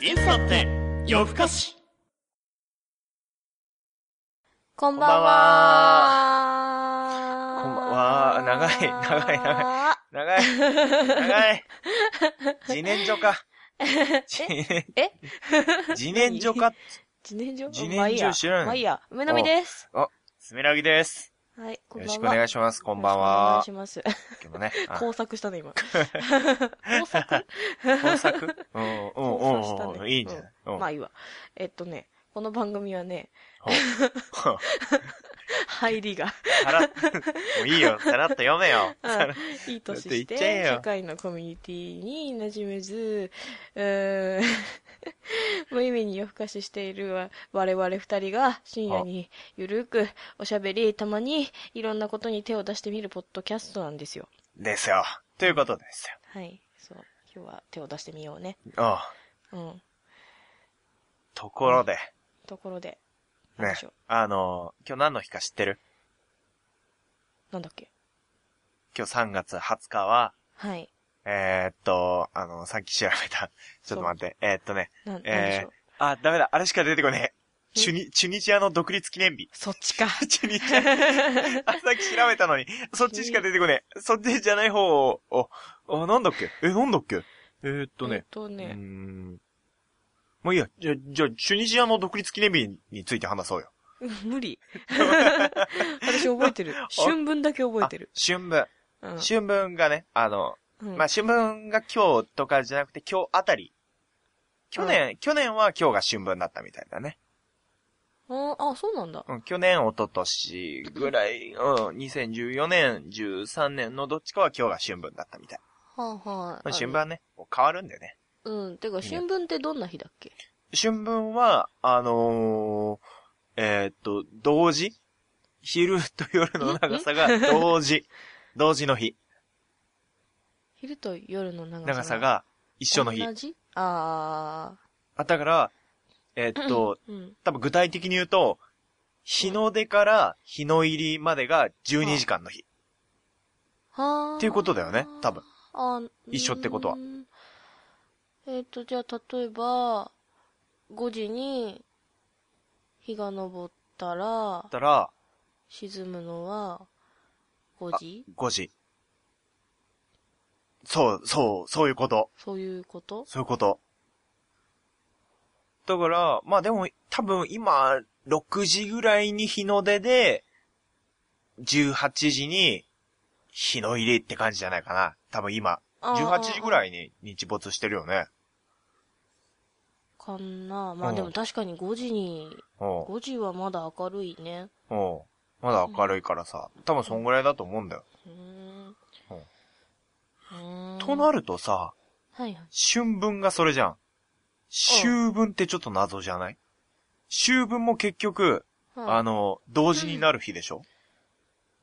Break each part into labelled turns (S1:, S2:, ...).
S1: 金さんって夜更かし
S2: こんばんは。
S3: こんばんは長い長い長長い、長い。自然薯か。自然
S2: え
S3: 自然薯か。
S2: 自然薯
S3: 自然薯
S2: まあいいや
S3: 知らん
S2: まあいいや。梅の実です。
S3: すみらぎです。
S2: はい、こ
S3: よ
S2: んばんは。
S3: ろしくお願いします。こ
S2: こ
S3: んばんは。
S2: お願いします。
S3: 今日もね、あ
S2: 工作したね、今。工作
S3: 工作うんうん
S2: 工作した
S3: うんうん。
S2: ね
S3: いいんじゃないうん
S2: まあいいわ。えっとね、この番組は ね、
S3: ほう
S2: 入りが、
S3: さらっもういいよ。さらっと読めよ。
S2: うん
S3: さら
S2: いい年
S3: だ
S2: し
S3: って言っちゃえ
S2: て、
S3: よ
S2: 社会のコミュニティに馴染めず、うーん、 無意味に夜更かししているわ我々二人が深夜にゆるくおしゃべり、たまにいろんなことに手を出してみるポッドキャストなんですよ。
S3: ですよ。ということです
S2: はい。そう。今日は手を出してみようね。
S3: よ。うん。
S2: うん。
S3: ところで、
S2: ところで、なん
S3: ね
S2: でしょう。、
S3: あの、今日何の日か知ってる
S2: なんだっけ
S3: 今日3月20日は、
S2: はい。
S3: えー、っと、あの、さっき調べた。 ちょっと待って。えー、っとね。
S2: なん、なんでし
S3: え
S2: ょう
S3: ー。、あ、ダメだ。あれしか出てこね
S2: え。
S3: え。チュニ、チュニジアの独立記念日
S2: そっちか。
S3: チュ ニジア。あ、さっき調べたのに。そっちしか出てこねえ。そっちじゃない方を、お、お、なんだっけえ、なんだっけえー、っと
S2: えっ
S3: ね。
S2: と
S3: うー
S2: ね。
S3: ん。まあいいや。じゃ、じゃあ、チュニジアの独立記念日について話そうよ。
S2: 無理。 私覚えて る。春分だけ覚えてる。
S3: あ春分。
S2: うん。
S3: 春分がね、あの、
S2: うん
S3: まあ、春分が今日とかじゃなくて今日あたり。去年、去年は今日が春分だったみたいだね。
S2: ああ、そうなんだ。
S3: うん、去年、一昨年ぐらい、うん、2014年、13年のどっちかは今日が春分だったみたい。
S2: はあは
S3: まあ、春分はね、もう変わるんだよね。
S2: あの。うん。てか、春分ってどんな日だっけ
S3: 春分は、あのー、えーっと、同時昼と夜の長さが同時。同時の日。
S2: 昼と夜の長さが。
S3: 長さが一緒の日
S2: 同。じあ
S3: あ、だから、えーっと、
S2: あ。うん。
S3: 多分具体的に言うと、日の出から日の入りまでが12時間の日。
S2: はあ。
S3: っていうことだよね多分。
S2: あー
S3: 一緒ってことは。
S2: うーんえっ、と、じゃあ、例えば、5時に日が昇ったら
S3: だっ、たら、
S2: 沈むのは5時
S3: 5時。そう、そう、そういうこと。
S2: そういうこと
S3: そういうこと。だから、まあでも、多分今、6時ぐらいに日の出で、18時に日の入りって感じじゃないかな。多分今、18時ぐ
S2: い
S3: らいに日没してるよね。
S2: かな。まあ
S3: うん
S2: でも確かに5時に、
S3: おう
S2: 5時はまだ明るいね。
S3: おうまだ明るいからさ、多分そんぐらいだと思うんだよ。
S2: うーん。う
S3: うん
S2: ーん
S3: となるとさ、
S2: はいはい。
S3: 春分がそれじゃん。秋分ってちょっと謎じゃない秋分も結局、
S2: はい
S3: あの、同時になる日でしょ、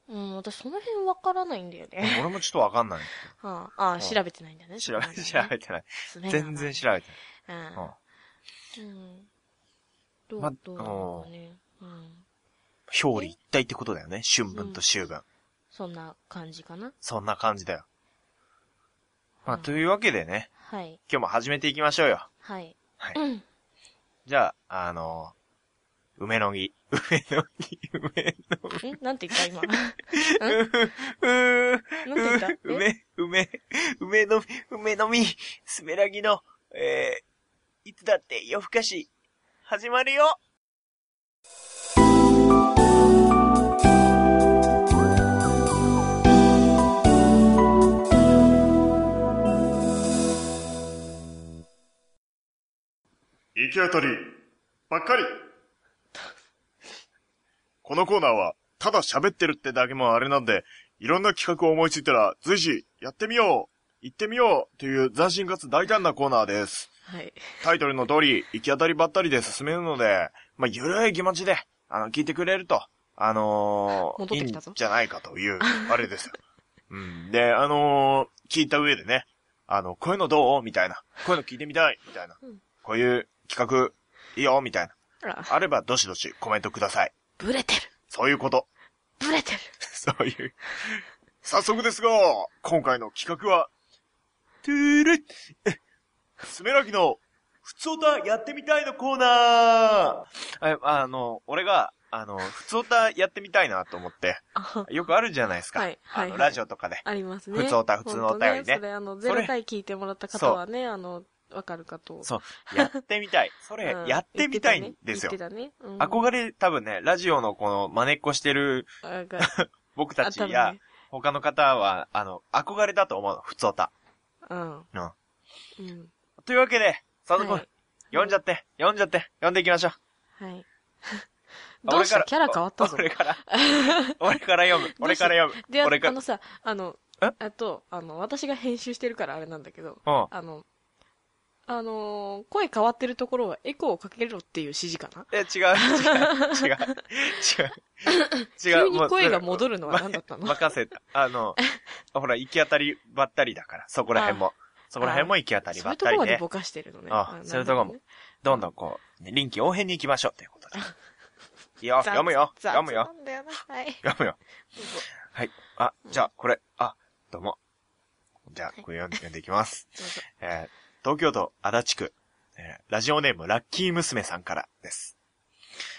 S2: うん、私その辺わからないんだよね。
S3: 俺もちょっとわかんない。
S2: はあ、あー
S3: うん
S2: 調べてないんだね。
S3: 調べ、調べてない。
S2: べ
S3: 全然調
S2: べ
S3: べて
S2: てない。
S3: ない。うん。
S2: うん。うんど
S3: ま
S2: う、どうだろうね。うん。
S3: 表裏一体ってことだよね。春分と秋分。
S2: そんな感じかな。
S3: そんな感じだよ。まあ、
S2: うん
S3: というわけでね、
S2: はい。
S3: 今日も始めていきましょうよ。
S2: はい。
S3: はい
S2: うん。
S3: じゃあ、あの梅の木。梅の木、梅の木。
S2: んなんて言った 今。
S3: うー
S2: なんて言ったえ
S3: 梅、梅、梅の、梅の実、すべらぎの、えー、いつだって夜更かし、始まるよ
S1: 行き当たりばっかり このコーナーは、ただ喋ってるってだけもあれなんで、いろんな企画を思いついたら、随時、やってみよう行ってみようという斬新かつ大胆なコーナーです。
S2: はい。
S1: タイトルの通り、行き当たりばったりで進めるので、まあ、ゆるい気持ちで、あの、聞いてくれると、あのー
S2: 戻っ
S1: いい
S2: てき
S1: ん
S2: たぞ
S1: じゃないか という、あれですよ。うん。で、あのー聞いた上でね、あの、こういうのどうみたいな。こういうの聞いてみたいみたいな
S2: うん。
S1: こういう企画、いいよみたいな。
S2: あら、
S1: あれば、どしどしコメントください。
S2: ブレてる。
S1: そういうこと。
S2: ブレてる。
S1: そういう。早速ですが、今回の企画は、トゥール、スメラギの
S3: ふつおたやってみたいのコーナーああの、俺が、あの、ふつおたやってみたいなと思って、
S2: あ
S3: よくあるじゃないですか。
S2: はいはいはい
S3: あの、ラジオとかで。
S2: ありますね。
S3: 普通おた普通のお便りね
S2: 本当それ、あの、0回聞いてもらった方はね、あの、わかるかと。
S3: そう、やって みたい。それ
S2: う、ん
S3: やってみたいんですよ。
S2: 言ってたね。言ってたねうん
S3: 憧れ、多分ね、ラジオのこの、真似っこしてる
S2: なんか
S3: 僕たち
S2: あ多分
S3: や
S2: ね、
S3: 他の方は、あの、憧れだと思うの、ふつおた。
S2: うん。
S3: うん。
S2: うん。
S3: というわけで、佐藤君、
S2: はい
S3: 読んじゃって、読んじゃって、読んでいきましょう。
S2: はい。
S3: あ
S2: どうしたキャラ変わったぞ。
S3: 俺から、俺から読む、俺から読む。
S2: で、あ
S3: 俺か
S2: あのさ、あの、
S3: え
S2: あと、あの、私が編集してるからあれなんだけど、
S3: ら、うん。
S2: あの、あのー声変わってるところはエコーをかけろっていう指示かな
S3: え、違う、違う、違う、違う。違
S2: 急
S3: う、
S2: に
S3: もう
S2: 声が戻るのは何だったの
S3: 任せた。あ の、ほら、行き当たりばったりだから、そこら辺も。そこら辺も行き当たり
S2: そう
S3: ば
S2: い
S3: っ
S2: うとこ
S3: たり
S2: ろに
S3: で、
S2: ぼかしてるのね。
S3: あ
S2: の
S3: そういうところも。どんどんこう、臨機応変に行きましょう、というこ とで。いいよ、読むよ、
S2: 雑
S3: 読むよ
S2: 雑、なんだよな。 はい。
S3: 読むよ。
S2: どうぞ
S3: はい。あ、じゃあ、これ、あ、どうも。じゃあ、これ読んで読んでいきます。
S2: どうぞ
S3: えー東京都足立区、えーラジオネームラッキー娘さんからです。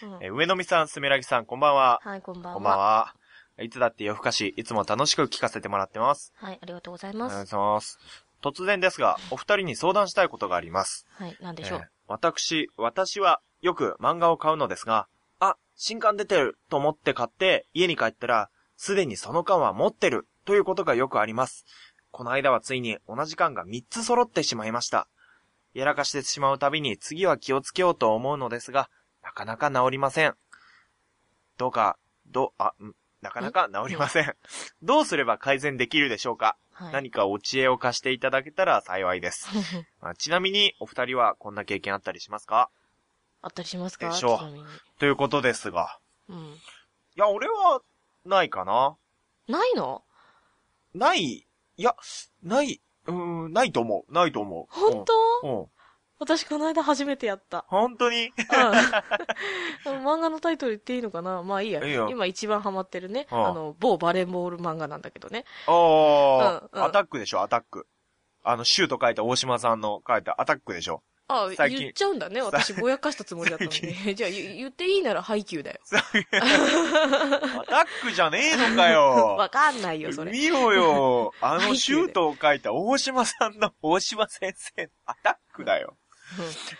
S2: うん
S3: えー上野美さん、すめらぎさん、こんばんは。
S2: はい、こんばんは。
S3: こんばんは。いつだって夜更かし、いつも楽しく聞かせてもらってます。
S2: はい、ありがとうござい
S3: お
S2: ま
S3: 願い
S2: す。
S3: します。突然ですが、お二人に相談したいことがあります。
S2: はい、なんでしょ
S3: えー
S2: う。
S3: 私、私はよく漫画を買うのですが、あ、新刊出てると思って買って家に帰ったら、すでにその巻は持ってるということがよくあります。この間はついに同じ巻が3つ揃ってしまいました。やらかしてしまうたびに次は気をつけようと思うのですが、なかなか治りません。どうか、ど、あ、んなかなか治りません。どうすれば改善できるでしょうか、
S2: はい。
S3: 何かお知恵を貸していただけたら幸いです。 まあちなみに、お二人はこんな経験あったりしますか
S2: あったりしますか
S3: でしょう
S2: ちなみに
S3: ということですが。
S2: うん。
S3: いや、俺は、ないかな
S2: ないの
S3: ない、いや、ない、うーん、ないと思う。ないと思う。
S2: 本当
S3: うんうん。
S2: 私この間初めてやった。
S3: 本当 に
S2: うん漫画のタイトル言っていいのかなまあいいや。
S3: いいよ
S2: 今一番ハマってるね。
S3: うん
S2: あの、某バレーボール漫画なんだけどね。
S3: あ
S2: うんう
S3: あ、
S2: ん
S3: アタックでしょ、アタック。あの、シュート書いた大島さんの書いたアタックでしょ。
S2: あ、
S3: 最近
S2: 言っちゃうんだね。私ぼやかしたつもりだったの
S3: 最
S2: に。 じゃあ言言っていいならハイキューだよ。
S3: アタックじゃねえのかよ
S2: わ。かんないよ、それ。
S3: 見ろよ。
S2: ハ
S3: あ
S2: イキュー
S3: の
S2: で
S3: シュートを書いた大島さんの大島先生のアタックだよ。
S2: うん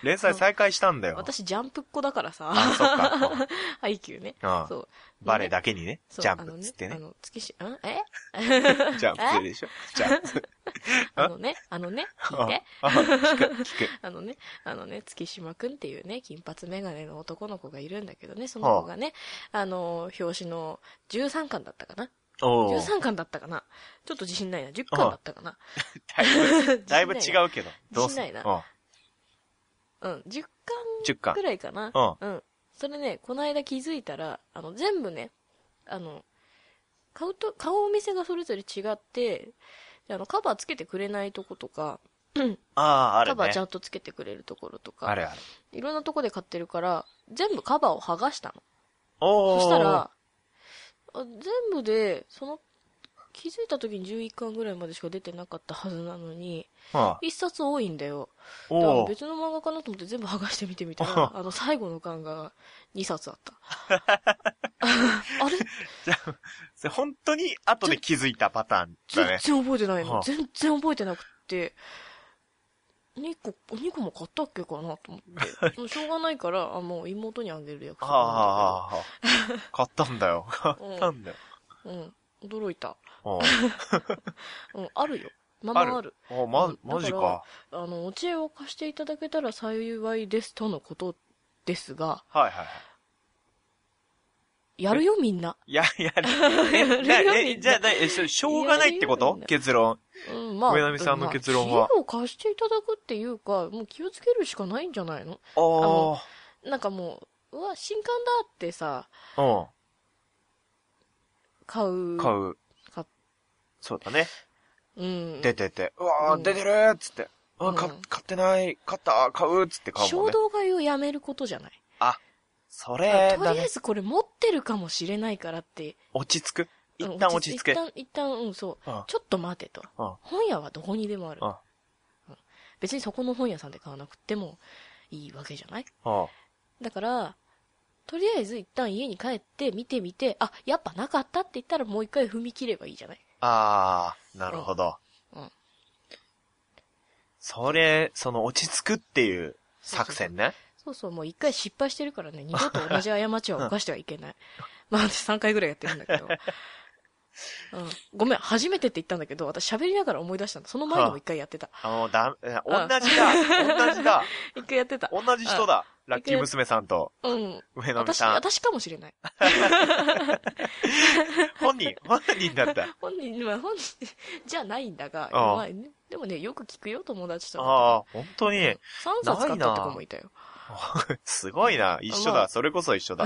S3: 連載再開したんだよ。
S2: 私ジャンプっ子だからさ。
S3: あ、そっか。 うん
S2: ハイキューね。
S3: ああ
S2: そう。
S3: バレーだけにね、
S2: そう
S3: ジャ
S2: あ
S3: ンプ
S2: の
S3: っつってね
S2: あ。の、月し、んえ
S3: ジャンプでしょジャン プ。
S2: あのね、あのね、聞いて。
S3: あ聞く、聞く。
S2: あのね、あのね、月島くんっていうね、金髪メガネの男の子がいるんだけどね、その子がね、あの、表紙の13巻だったかな
S3: おー
S2: ?13 巻だったかなちょっと自信ないな。10巻だったかな
S3: だ いぶ、だいぶ違うけど。どうす
S2: しないな
S3: うん
S2: うん、10
S3: 10
S2: 巻
S3: 巻
S2: く。らいかな
S3: う
S2: うん。それね、この間気づいたら、あの、全部ね、あの、買うと、買うお店がそれぞれ違って、あの、カバーつけてくれないとことか、
S3: ああ、あ
S2: カ
S3: る
S2: バー
S3: ね
S2: ちゃ。んとつけてくれるところとか、
S3: あるある。
S2: いろんなとこで買ってるから、全部カバーを剥がしたの。
S3: おー
S2: そしたら、あ、全部で、その、気づいた時に11巻ぐらいまでしか出てなかったはずなのに、
S3: うん
S2: 一冊多いんだよ。だか
S3: お
S2: ら
S3: ー
S2: 別の漫画かなと思って全部剥がして見てみた
S3: あ
S2: ら、あの、最後の巻が2冊あった。あれ
S3: それ本当に後で気づいたパターンだ
S2: 全
S3: ね。
S2: 然覚えてないの。
S3: はあ
S2: 全然覚えてなくって、2個、2個も買ったっけかなと思 って。もうしょうがないから、あ、もう妹にあげる約束なん
S3: は
S2: だ
S3: あはあはあ。買ったんだ よ。買ったんだよ。
S2: けど。うん。驚いた。
S3: おー
S2: うん、あるよ。ままある。
S3: おーま、マジ
S2: だ
S3: か。
S2: あの、お知恵を貸していただけたら幸いですとのことですが、
S3: はいはいはい。
S2: やるよみんな。
S3: いや、いや、
S2: やる
S3: え
S2: よ
S3: な
S2: みん
S3: え、
S2: な
S3: じゃあ、なえ、それしょうがないってこ
S2: やるよ
S3: と
S2: みんな
S3: 結論。
S2: うん、まあ。
S3: 上波さんの結論は
S2: まあ知恵を貸していただくっていうか、もう気をつけるしかないんじゃないの
S3: おー。
S2: なんかもう、うわ、新刊だってさ、
S3: うん。
S2: 買う。
S3: 買
S2: う。
S3: う。
S2: 買っ
S3: そうだね。
S2: うん。
S3: 出てて、うわ
S2: う
S3: ー、
S2: ん
S3: 出てるーっつって。あ
S2: う
S3: ー、
S2: ん
S3: か、買ってない、買った、買うっつって買う
S2: 衝
S3: もんね。
S2: 動買いをやめることじゃない。
S3: それ
S2: と
S3: だ
S2: りあえ
S3: ね。
S2: ずこれ持ってるかもしれないからって。
S3: 落ち着く。
S2: う
S3: 一
S2: ん
S3: 旦落ち着け。
S2: 一旦、一旦、うん、そう。
S3: うん
S2: ちょっと待てと。
S3: うん
S2: 本屋はどこにでもある。
S3: うん
S2: うん別にそこの本屋さんで買わなくてもいいわけじゃない
S3: あ
S2: だから、とりあえず一旦家に帰って見てみて、あ、やっぱなかったって言ったらもう一回踏み切ればいいじゃない
S3: あー、なるほど。
S2: うんうん
S3: それ、その落ち着くっていう作戦ね。
S2: そうそう、もう一回失敗してるからね、二度と同じ過ちは犯してはいけ ない。まあ私3回ぐらいやってるんだけど。うん、ごめん、初めてって言ったんだけど、私喋りながら思い出したの。その前にも一回やってた。
S3: あもうだ、え同じだ、同じだ、
S2: 一回やってた。
S3: 同じ人だ。ラッキー娘さんと
S2: うん。
S3: 上野美
S2: 私、
S3: さん。
S2: 私かもしれない。
S3: 本人、本 人だった。
S2: 本人、まあ本人じゃないんだが、
S3: ああ
S2: まあねでもね、よく聞くよ、友達とか。
S3: ああ、本当に。
S2: 3冊買ったって子もいたよ。
S3: すごいな。一緒
S2: ま
S3: だ。
S2: あ
S3: それこそ一緒だ。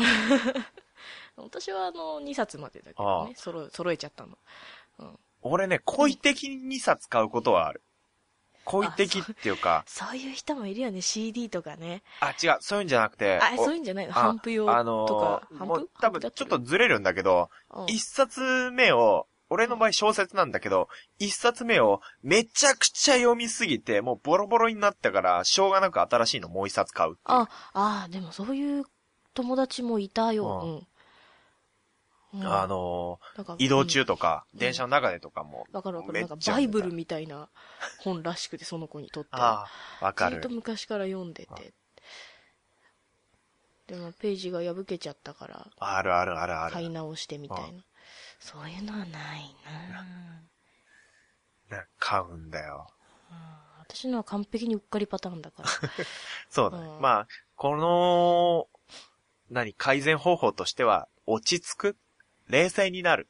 S2: 私はあの、2冊までだけ
S3: あ
S2: ど
S3: あ
S2: ね、揃え揃えちゃったの。
S3: 俺ね、故意的に2冊買うことはある。故意的っていうか、
S2: そういう人もいるよね、CD とかね。
S3: あ違う、そういうんじゃなくて、
S2: あ、
S3: お
S2: そういうんじゃないの
S3: あ
S2: ハンプ用
S3: あ
S2: と
S3: の
S2: か、
S3: ー
S2: ハン
S3: もう
S2: プ
S3: 多分ちょっと、ずれるんだけど、
S2: ハンプだてる
S3: 一冊目を、俺の場合小説なんだけど、一冊目をめちゃくちゃ読みすぎて、もうボロボロになったから、しょうがなく新しいのもう一冊買うっていう。
S2: ああー、でもそういう友達もいたよ。うん。うん
S3: あ、の
S2: なんか
S3: ー移動中
S2: うん
S3: とか、
S2: ん
S3: 電車の中でとかも。
S2: わかるわか
S3: め
S2: る。
S3: っ
S2: な
S3: ち
S2: ん
S3: ゃ
S2: かバイブルみたいな本らしくて、その子にとっては。
S3: ああ、わか
S2: ずっと
S3: る。
S2: 昔から読んでて。でも、ページが破けちゃったから、
S3: あるあるあるあ
S2: 買
S3: る。
S2: い直してみたいな。そういうのはないな
S3: な買うんだよ。
S2: うん私のは完璧にうっかりパターンだ から。
S3: そうだね。
S2: うん
S3: まあ、この、何、改善方法としては、落ち着く冷静になる。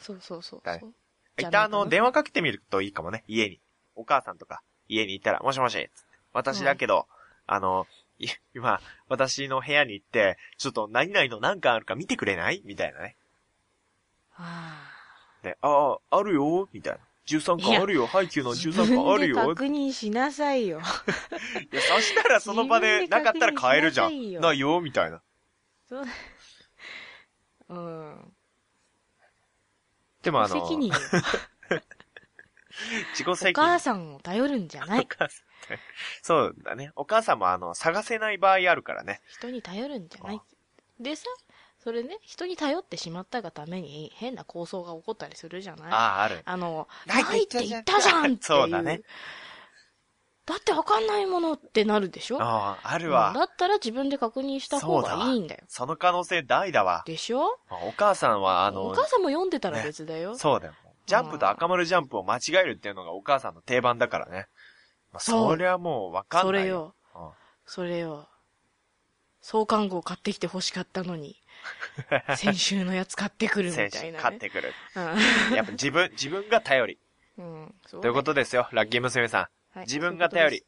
S2: そうそうそう
S3: はい
S2: そう。
S3: 一
S2: じゃない
S3: 旦あ
S2: かな
S3: の、電話かけてみるといいかもね、家に。お母さんとか、家にいたら、もしもし、つって私だけど、あの、い今、私の部屋に行って、ちょっと何々の何かあるか見てくれないみたいなね。
S2: ああ。
S3: で、ああ、あるよ、みたいな。13
S2: い
S3: 巻
S2: や
S3: あるよ、配給の
S2: 自
S3: 13巻あ
S2: 分
S3: る
S2: で
S3: よ。い
S2: 確認しなさいよ。
S3: や、そしたらその場
S2: 自
S3: で
S2: 分
S3: な
S2: で
S3: かったら買えるじゃ
S2: 確認しなさい
S3: ん。
S2: よ
S3: ないよ、みたいな。
S2: うん。
S3: でも
S2: 無
S3: あの、
S2: 責任よ。
S3: 自己
S2: お
S3: 責任
S2: 母。さんを頼るんじゃない
S3: お。母さんってそうだね。お母さんもあの、探せない場合あるからね。
S2: 人に頼るんじゃな
S3: あ
S2: い。でさ、それね、人に頼ってしまったがために変な構想が起こったりするじゃないあ
S3: ああ、ある。
S2: の、
S3: な
S2: ないい
S3: って言っ
S2: ってて言
S3: 言っ
S2: ったた
S3: じ
S2: じ
S3: ゃん
S2: ゃんっていう。
S3: そうだね
S2: だってわかんないものってなるでしょ
S3: ああ、ある
S2: うんだ
S3: わ。
S2: ったら自分で確認した方がいいんだよ。
S3: その可能性大だわ。
S2: でしょ
S3: あお母さんはあ
S2: お
S3: の、
S2: 母さんも読んでたら別だよ。
S3: そうだよ。ジャンプと赤丸ジャンプを間違えるっていうのがお母さんの定番だからね。まあ、
S2: そう
S3: そりゃもうわかん
S2: そ
S3: ない
S2: れよ。。
S3: うん
S2: それよ。創刊号買ってきて欲しかったの に。先週のやつ買ってくるみ
S3: 選
S2: たい
S3: 手
S2: な、ね。
S3: 勝ってく る。
S2: う
S3: やっぱ自分、自分が頼り。
S2: ん。うん。そう
S3: ということですよ、ラッキー娘さん。
S2: はい
S3: 自分が頼り。
S2: そ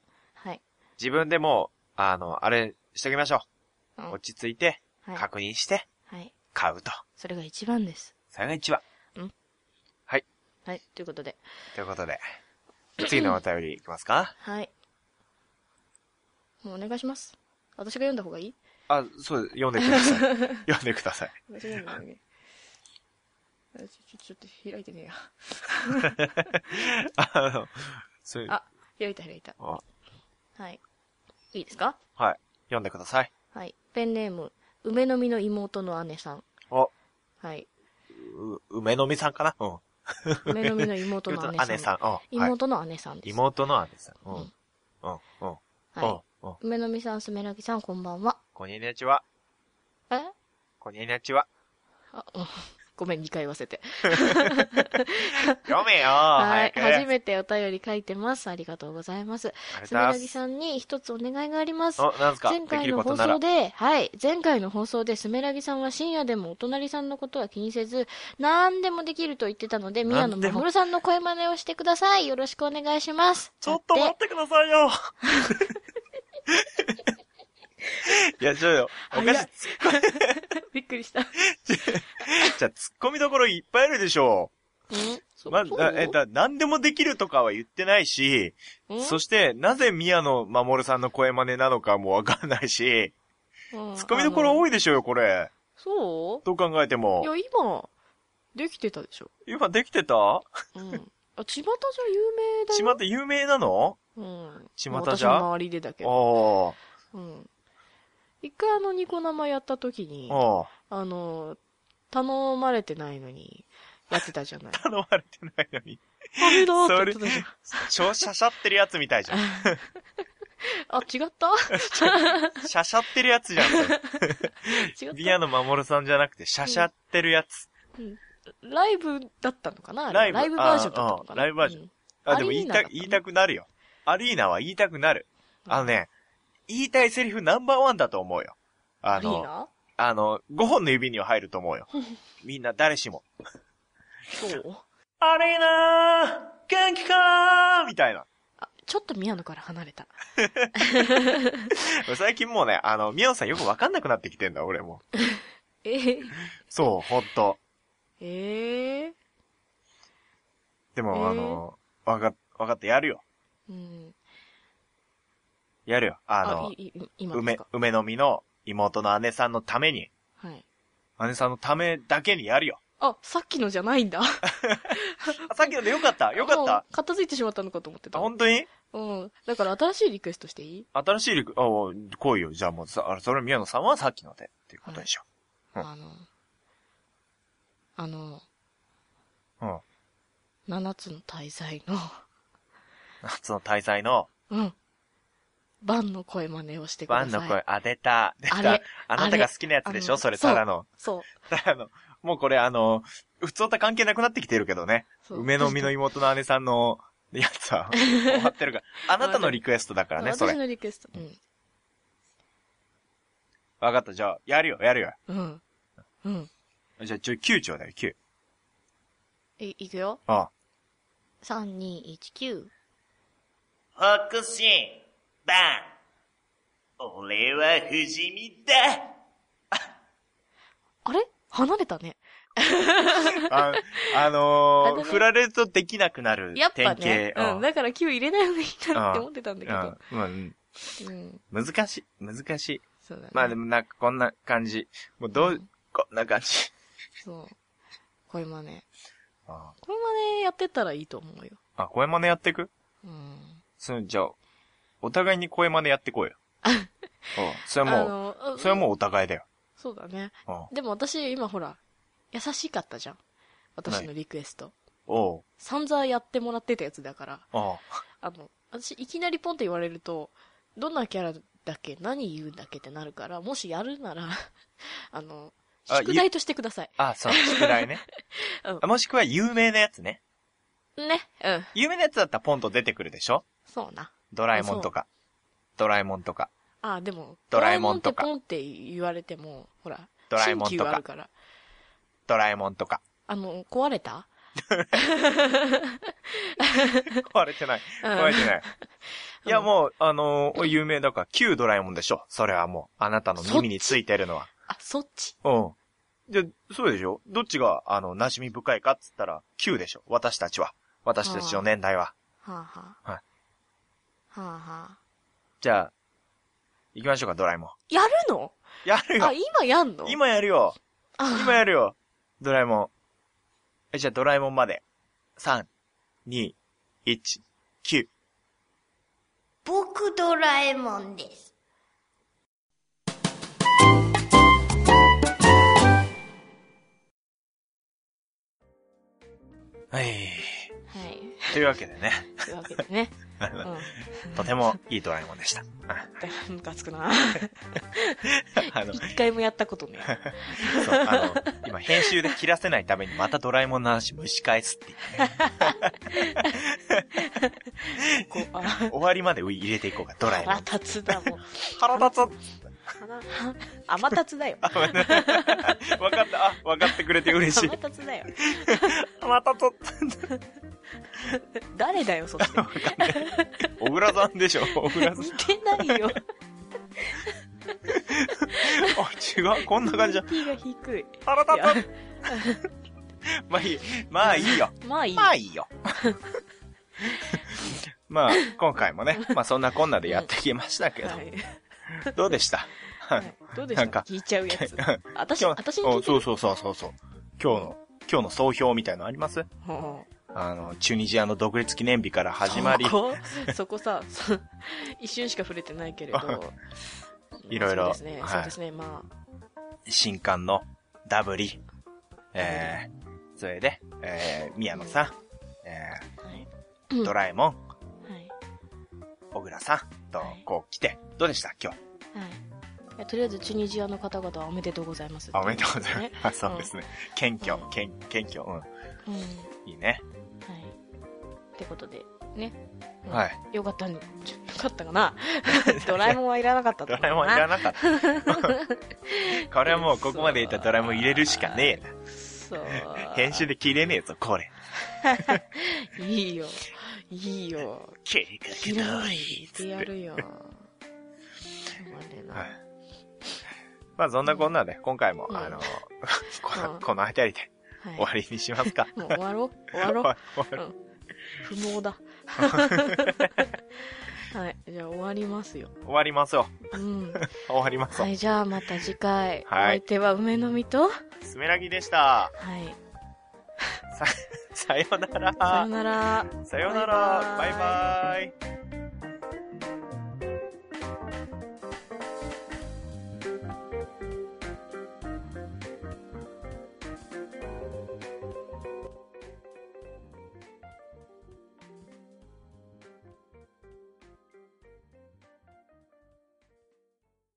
S2: ういうこ
S3: 自分でもう、あの、あれ、しときましょ
S2: とです
S3: う。
S2: はい。
S3: 落ち着いて、
S2: うんはい。
S3: 確認して、
S2: はい。
S3: 買うと。
S2: それが一番です。
S3: それが一番。
S2: はい。ということで。
S3: というこ とで、次のお便りいきますか
S2: はい。もうお願いします。私が読んだ方がいい
S3: あ、そう、読んでくだ さい。読んでください。
S2: 私が読んだ方がいい。あちょ、ちょ、ちょっと開いてねえや。
S3: あの、そう
S2: あ開いた開いた。
S3: あ
S2: はい。いいですか
S3: はい。読んでください。
S2: はい。ペンネーム、梅の実の妹の姉さん。
S3: お、
S2: はい。
S3: う、梅のみさんかなうん。
S2: 梅の実の妹の姉さん。
S3: 姉さん。うん。はい
S2: 妹の姉さんです。
S3: 妹の姉さん。うん。
S2: う
S3: うんん。うん。うん
S2: は。
S3: うん。
S2: い。梅の実さん、すめらぎさん、こんばんは。
S3: こんにちは。
S2: え
S3: こんにちは。
S2: あ、うんごめん、2回言わせて。
S3: 読めよ
S2: はい
S3: 早。く。
S2: 初めてお便り書いてます。ありがとうございます。
S3: ありが
S2: す
S3: と
S2: め
S3: うご
S2: ら
S3: ざい
S2: ぎ
S3: ます。
S2: さんに一つお願いがあります。
S3: お、なんすか
S2: 前
S3: でき
S2: 回
S3: る
S2: の
S3: こと
S2: 放
S3: なら
S2: 送。で、はい、前回の放送で、スメラギさんは深夜でもお隣さんのことは気にせず、何でもできると言ってたので、宮野
S3: 何で
S2: 真
S3: も
S2: 守さんの声真似をしてください。よろしくお願いします。
S3: ちょっと待
S2: だ
S3: っててくださ いよいや、ちょっと、おかしい
S2: 早い。びっくりした。ん
S3: じゃあ、突っ込みどころいっぱいあるでしょ。
S2: そう
S3: まず、
S2: そう
S3: あえ、だ、何でもできるとかは言ってないし、
S2: ん
S3: そして、なぜ宮野真守さんの声真似なのかもわかんないし、
S2: うん
S3: 突っ込みどころ
S2: あの
S3: 多いでしょうよ、これ。
S2: そ
S3: どう考えて
S2: ういや
S3: も。、
S2: 今、できてたでしょ。
S3: 今できてた
S2: うん。あ、巷じゃ有名だよ。
S3: 島って有名なの
S2: うん。
S3: 巷じゃ
S2: まあ私の周りでだけど。
S3: おー
S2: うん。一回あの、ニコ生やった時に、
S3: おー
S2: あの、頼まれてないのに、やってたじゃない。
S3: 頼まれてないのに。
S2: あ、フードって
S3: そ
S2: 言っ
S3: れ
S2: てたじゃん。
S3: 超しゃしゃってるやつみたいじゃん。
S2: あ、違った
S3: しゃしゃってるや つじゃん。それ
S2: 違った
S3: ビアの守さんじゃなくて、しゃしゃってるやつ。
S2: ライブだったのかなあれ
S3: ライブ
S2: ライブバージョンだったのか
S3: あ
S2: な
S3: ライブバージョ
S2: ン。
S3: あ、でも言い
S2: アリーナ
S3: た
S2: だったね
S3: 言いたくなるよ。アリーナは言いたくなる。
S2: うん
S3: あのね、言いたいセリフナンバーワンだと思うよ。あ
S2: アリー
S3: の、
S2: ナ
S3: あの、5本の指には入ると思うよ。 みんな誰しも。
S2: そう
S3: アリーナー元気かーみたいな。
S2: あ、ちょっと宮野から離れた。
S3: 最近もうね、あの、宮野さんよくわかんなくなってきてんだ、俺も。
S2: えー、
S3: そう、ほんと。
S2: ええ
S3: でも、あの、わか、わかってやるよ。
S2: うん。
S3: やるよ。あの、
S2: いいい今です
S3: 梅
S2: か、
S3: 梅の実の妹の姉さんのために、
S2: はい。
S3: 姉さんのためだけにやるよ。
S2: あ、さっきのじゃないんだ。
S3: あさっきのでよかったよかっ
S2: も
S3: た
S2: う片付いてしまったのかと思って
S3: あ
S2: た。
S3: 本当に
S2: うん。だから新しいリクエストしていい
S3: 新しいリク、あ、お来いよ。じゃあもうさ、あそれ宮野さんはさっきので、っていうことでしょ。うん
S2: あの、あの、
S3: うん。
S2: 七つの大罪の、
S3: 夏の大罪の、
S2: うん。バンの声真似をしてく
S3: ワ
S2: だ
S3: ン
S2: さい。
S3: の声、あ、出た。出た。
S2: あ れ
S3: あなたが好きなやつでし
S2: あ
S3: ょ
S2: の
S3: それ、ただの。
S2: そう。
S3: ただの。もうこれあの、普通と関係なくなってきてるけどね。
S2: そう
S3: 梅の実の妹の姉さん のやつは、終わってるから。あなたのリクエストだからね、そ
S2: 私
S3: れ。
S2: のリクエスト。う
S3: わかった、じゃあ、やるよ、やるよ。
S2: ん。うん。うん。
S3: じゃあ、ちょ、9ちょうだい、9。
S2: い、いくよ。
S3: ああ。
S2: 3、2、1、9。
S4: 北進、バン。俺は不死身だ。
S2: あれ離れたね。
S3: ああ
S2: あ
S3: の
S2: の
S3: ー、
S2: ね
S3: 振られるとできなくなる
S2: やっぱ
S3: 典
S2: ね。
S3: 型。
S2: うん。だから9入れない方がいいなって思ってたんだけど。
S3: うんうん
S2: うん。
S3: うん難しい、難しい。
S2: そうだね。
S3: まあでもなんかこんな感じ。もうどう、こんな感じ。
S2: そう。声真似。
S3: あ、
S2: 声真似やってったらいいと思うよ。
S3: あ声真似やってく
S2: うん。
S3: そのじゃあ、お互いに声真似やってこいよ。うん。それはも
S2: の
S3: う、それはもう
S2: う。
S3: お互いだよ。
S2: そうだね。
S3: うん。
S2: でも私、今ほら、優しかったじゃん。私のリクエスト。
S3: おう。
S2: 散々やってもらってたやつだから、
S3: おう
S2: あの、私、いきなりポンって言われると、どんなキャラだっけ何言うんだっけってなるから、もしやるなら、 あの、
S3: あ
S2: 宿題としてください。
S3: あ、そう、宿題ね
S2: うん。
S3: あもしくは有名なやつね。
S2: ね。うん。
S3: 有名なやつだったらポンと出てくるでしょ
S2: そうな。
S3: ドラえもんとか。ドラえもんとか。
S2: あ、でも、
S3: ドラえもんとか
S2: ドラえもんってポンって言われても、ほら、
S3: ドラえもん
S2: 新旧
S3: とか
S2: あるから。
S3: ドラえもん とか。
S2: あの、壊れた
S3: 壊れてない。
S2: うん
S3: 壊れてない。いや、
S2: うん
S3: もう、あのー有名だから、旧ドラえもんでしょ。それはもう、あなたの耳についてるのは。
S2: あ、そっち
S3: うん。じゃ、そうでしょどっちが、あの、馴染み深いかっつったら、旧でしょ。私たちは。私たちの年代は。
S2: はあはあ。
S3: はい。
S2: はあはあ。
S3: じゃあ、行きましょうか、ドラえもん。
S2: やるの
S3: や る
S2: あ、
S3: よ
S2: 今やんの
S3: 今やるよ
S2: あ
S3: 今やるよドラえもん。え、じゃあ、ドラえもんまで。3、2、1、9。
S5: 僕ドラえもんです。
S3: は
S2: は
S3: い。
S2: い。
S3: というわけでね、
S2: というわけで ね。うん。
S3: とてもいいドラえもんでした。うん
S2: だいぶムカつくな。
S3: あの、
S2: 一回もやったことね。
S3: そう、あの、今編集で切らせないためにまたドラえもんの話蒸し返すっていうね。
S2: こう、あ、
S3: 終わりまで入れていこうか、ドラえ も
S2: 腹
S3: ん。
S2: 立つだもん。
S3: 腹立
S2: 腹、甘立つだよ。
S3: つ。分かった、あ、分かってくれて 嬉 しい。
S2: 甘立つだよ。
S3: 腹立つ。
S2: 誰だよ、 そして。
S3: 小倉さんでしょ小倉 さん。
S2: 似てないよ。
S3: あ、違う、 こんな感じ じゃん。
S2: T が低い。
S3: 腹
S2: いや
S3: 立つ。まあいい、まあいいよ。
S2: まあいい。
S3: まあい いよ。まあ、今回もね、まあそんなこんなでやってきましたけど、
S2: はい
S3: どうでした
S2: はいどうでし
S3: なんか
S2: た聞いちゃうやつ。私、
S3: 今日
S2: 私に聞いて
S3: うんそうそうそうそうそう。今日の、今日の総評みたいのあります
S2: ほう
S3: あの、チュニジアの独立記念日から始まり、。
S2: そこそこさ、 そ一瞬しか触れてないけれど
S3: いろいろ
S2: そうですね、
S3: はい
S2: そうですね、まあ。
S3: 新刊のダブリ、えー、それで、えー、宮野さん、えー、ドラえもん、
S2: はい。
S3: 小倉さんと
S2: はい、
S3: こう来て、どうでした今日。
S2: はいいや。とりあえず、チュニジアの方々はおめでとうございます。
S3: あ、おめでとうございます。
S2: ね
S3: そうですね。謙虚、謙謙虚、う
S2: うん。うん
S3: ん。いいね。
S2: はい。ってことで、ね。うん
S3: はい。
S2: よかったん、ちょよかったか な。ドラえもんはいらなかった
S3: ドラえもんいら
S2: な
S3: なか った。これはもうここまでいったドラえもん入れるしかねえ
S2: そう。
S3: な。編集で切れねえぞ、これ。
S2: いいよ。いいよ。
S4: 計
S2: い
S4: 画
S2: ら
S4: 通
S2: ない
S4: り。
S2: でや るよ。ま
S3: は
S2: あ
S3: い
S2: ね
S3: まあそんなこんなで、今回も、
S2: うん
S3: あの、 こ
S2: う
S3: の、
S2: ん
S3: このあたりで
S2: な
S3: 終
S2: は
S3: わりにしますか。
S2: い。もう終わろう。終わろう。
S3: 終わる
S2: 不毛だ。はい。じゃあ終わりますよ。
S3: 終わりますよ。
S2: うん。
S3: 終わりますよ
S2: は。い。じゃあまた次回。
S3: はい
S2: お相手は梅の実と、は
S3: すめらぎでした。
S2: い。
S3: さ、さような
S2: さよ
S3: ら。
S2: なら。
S3: さようなら。
S2: バ
S3: バ
S2: イ
S3: イ
S2: バイ
S3: バイ。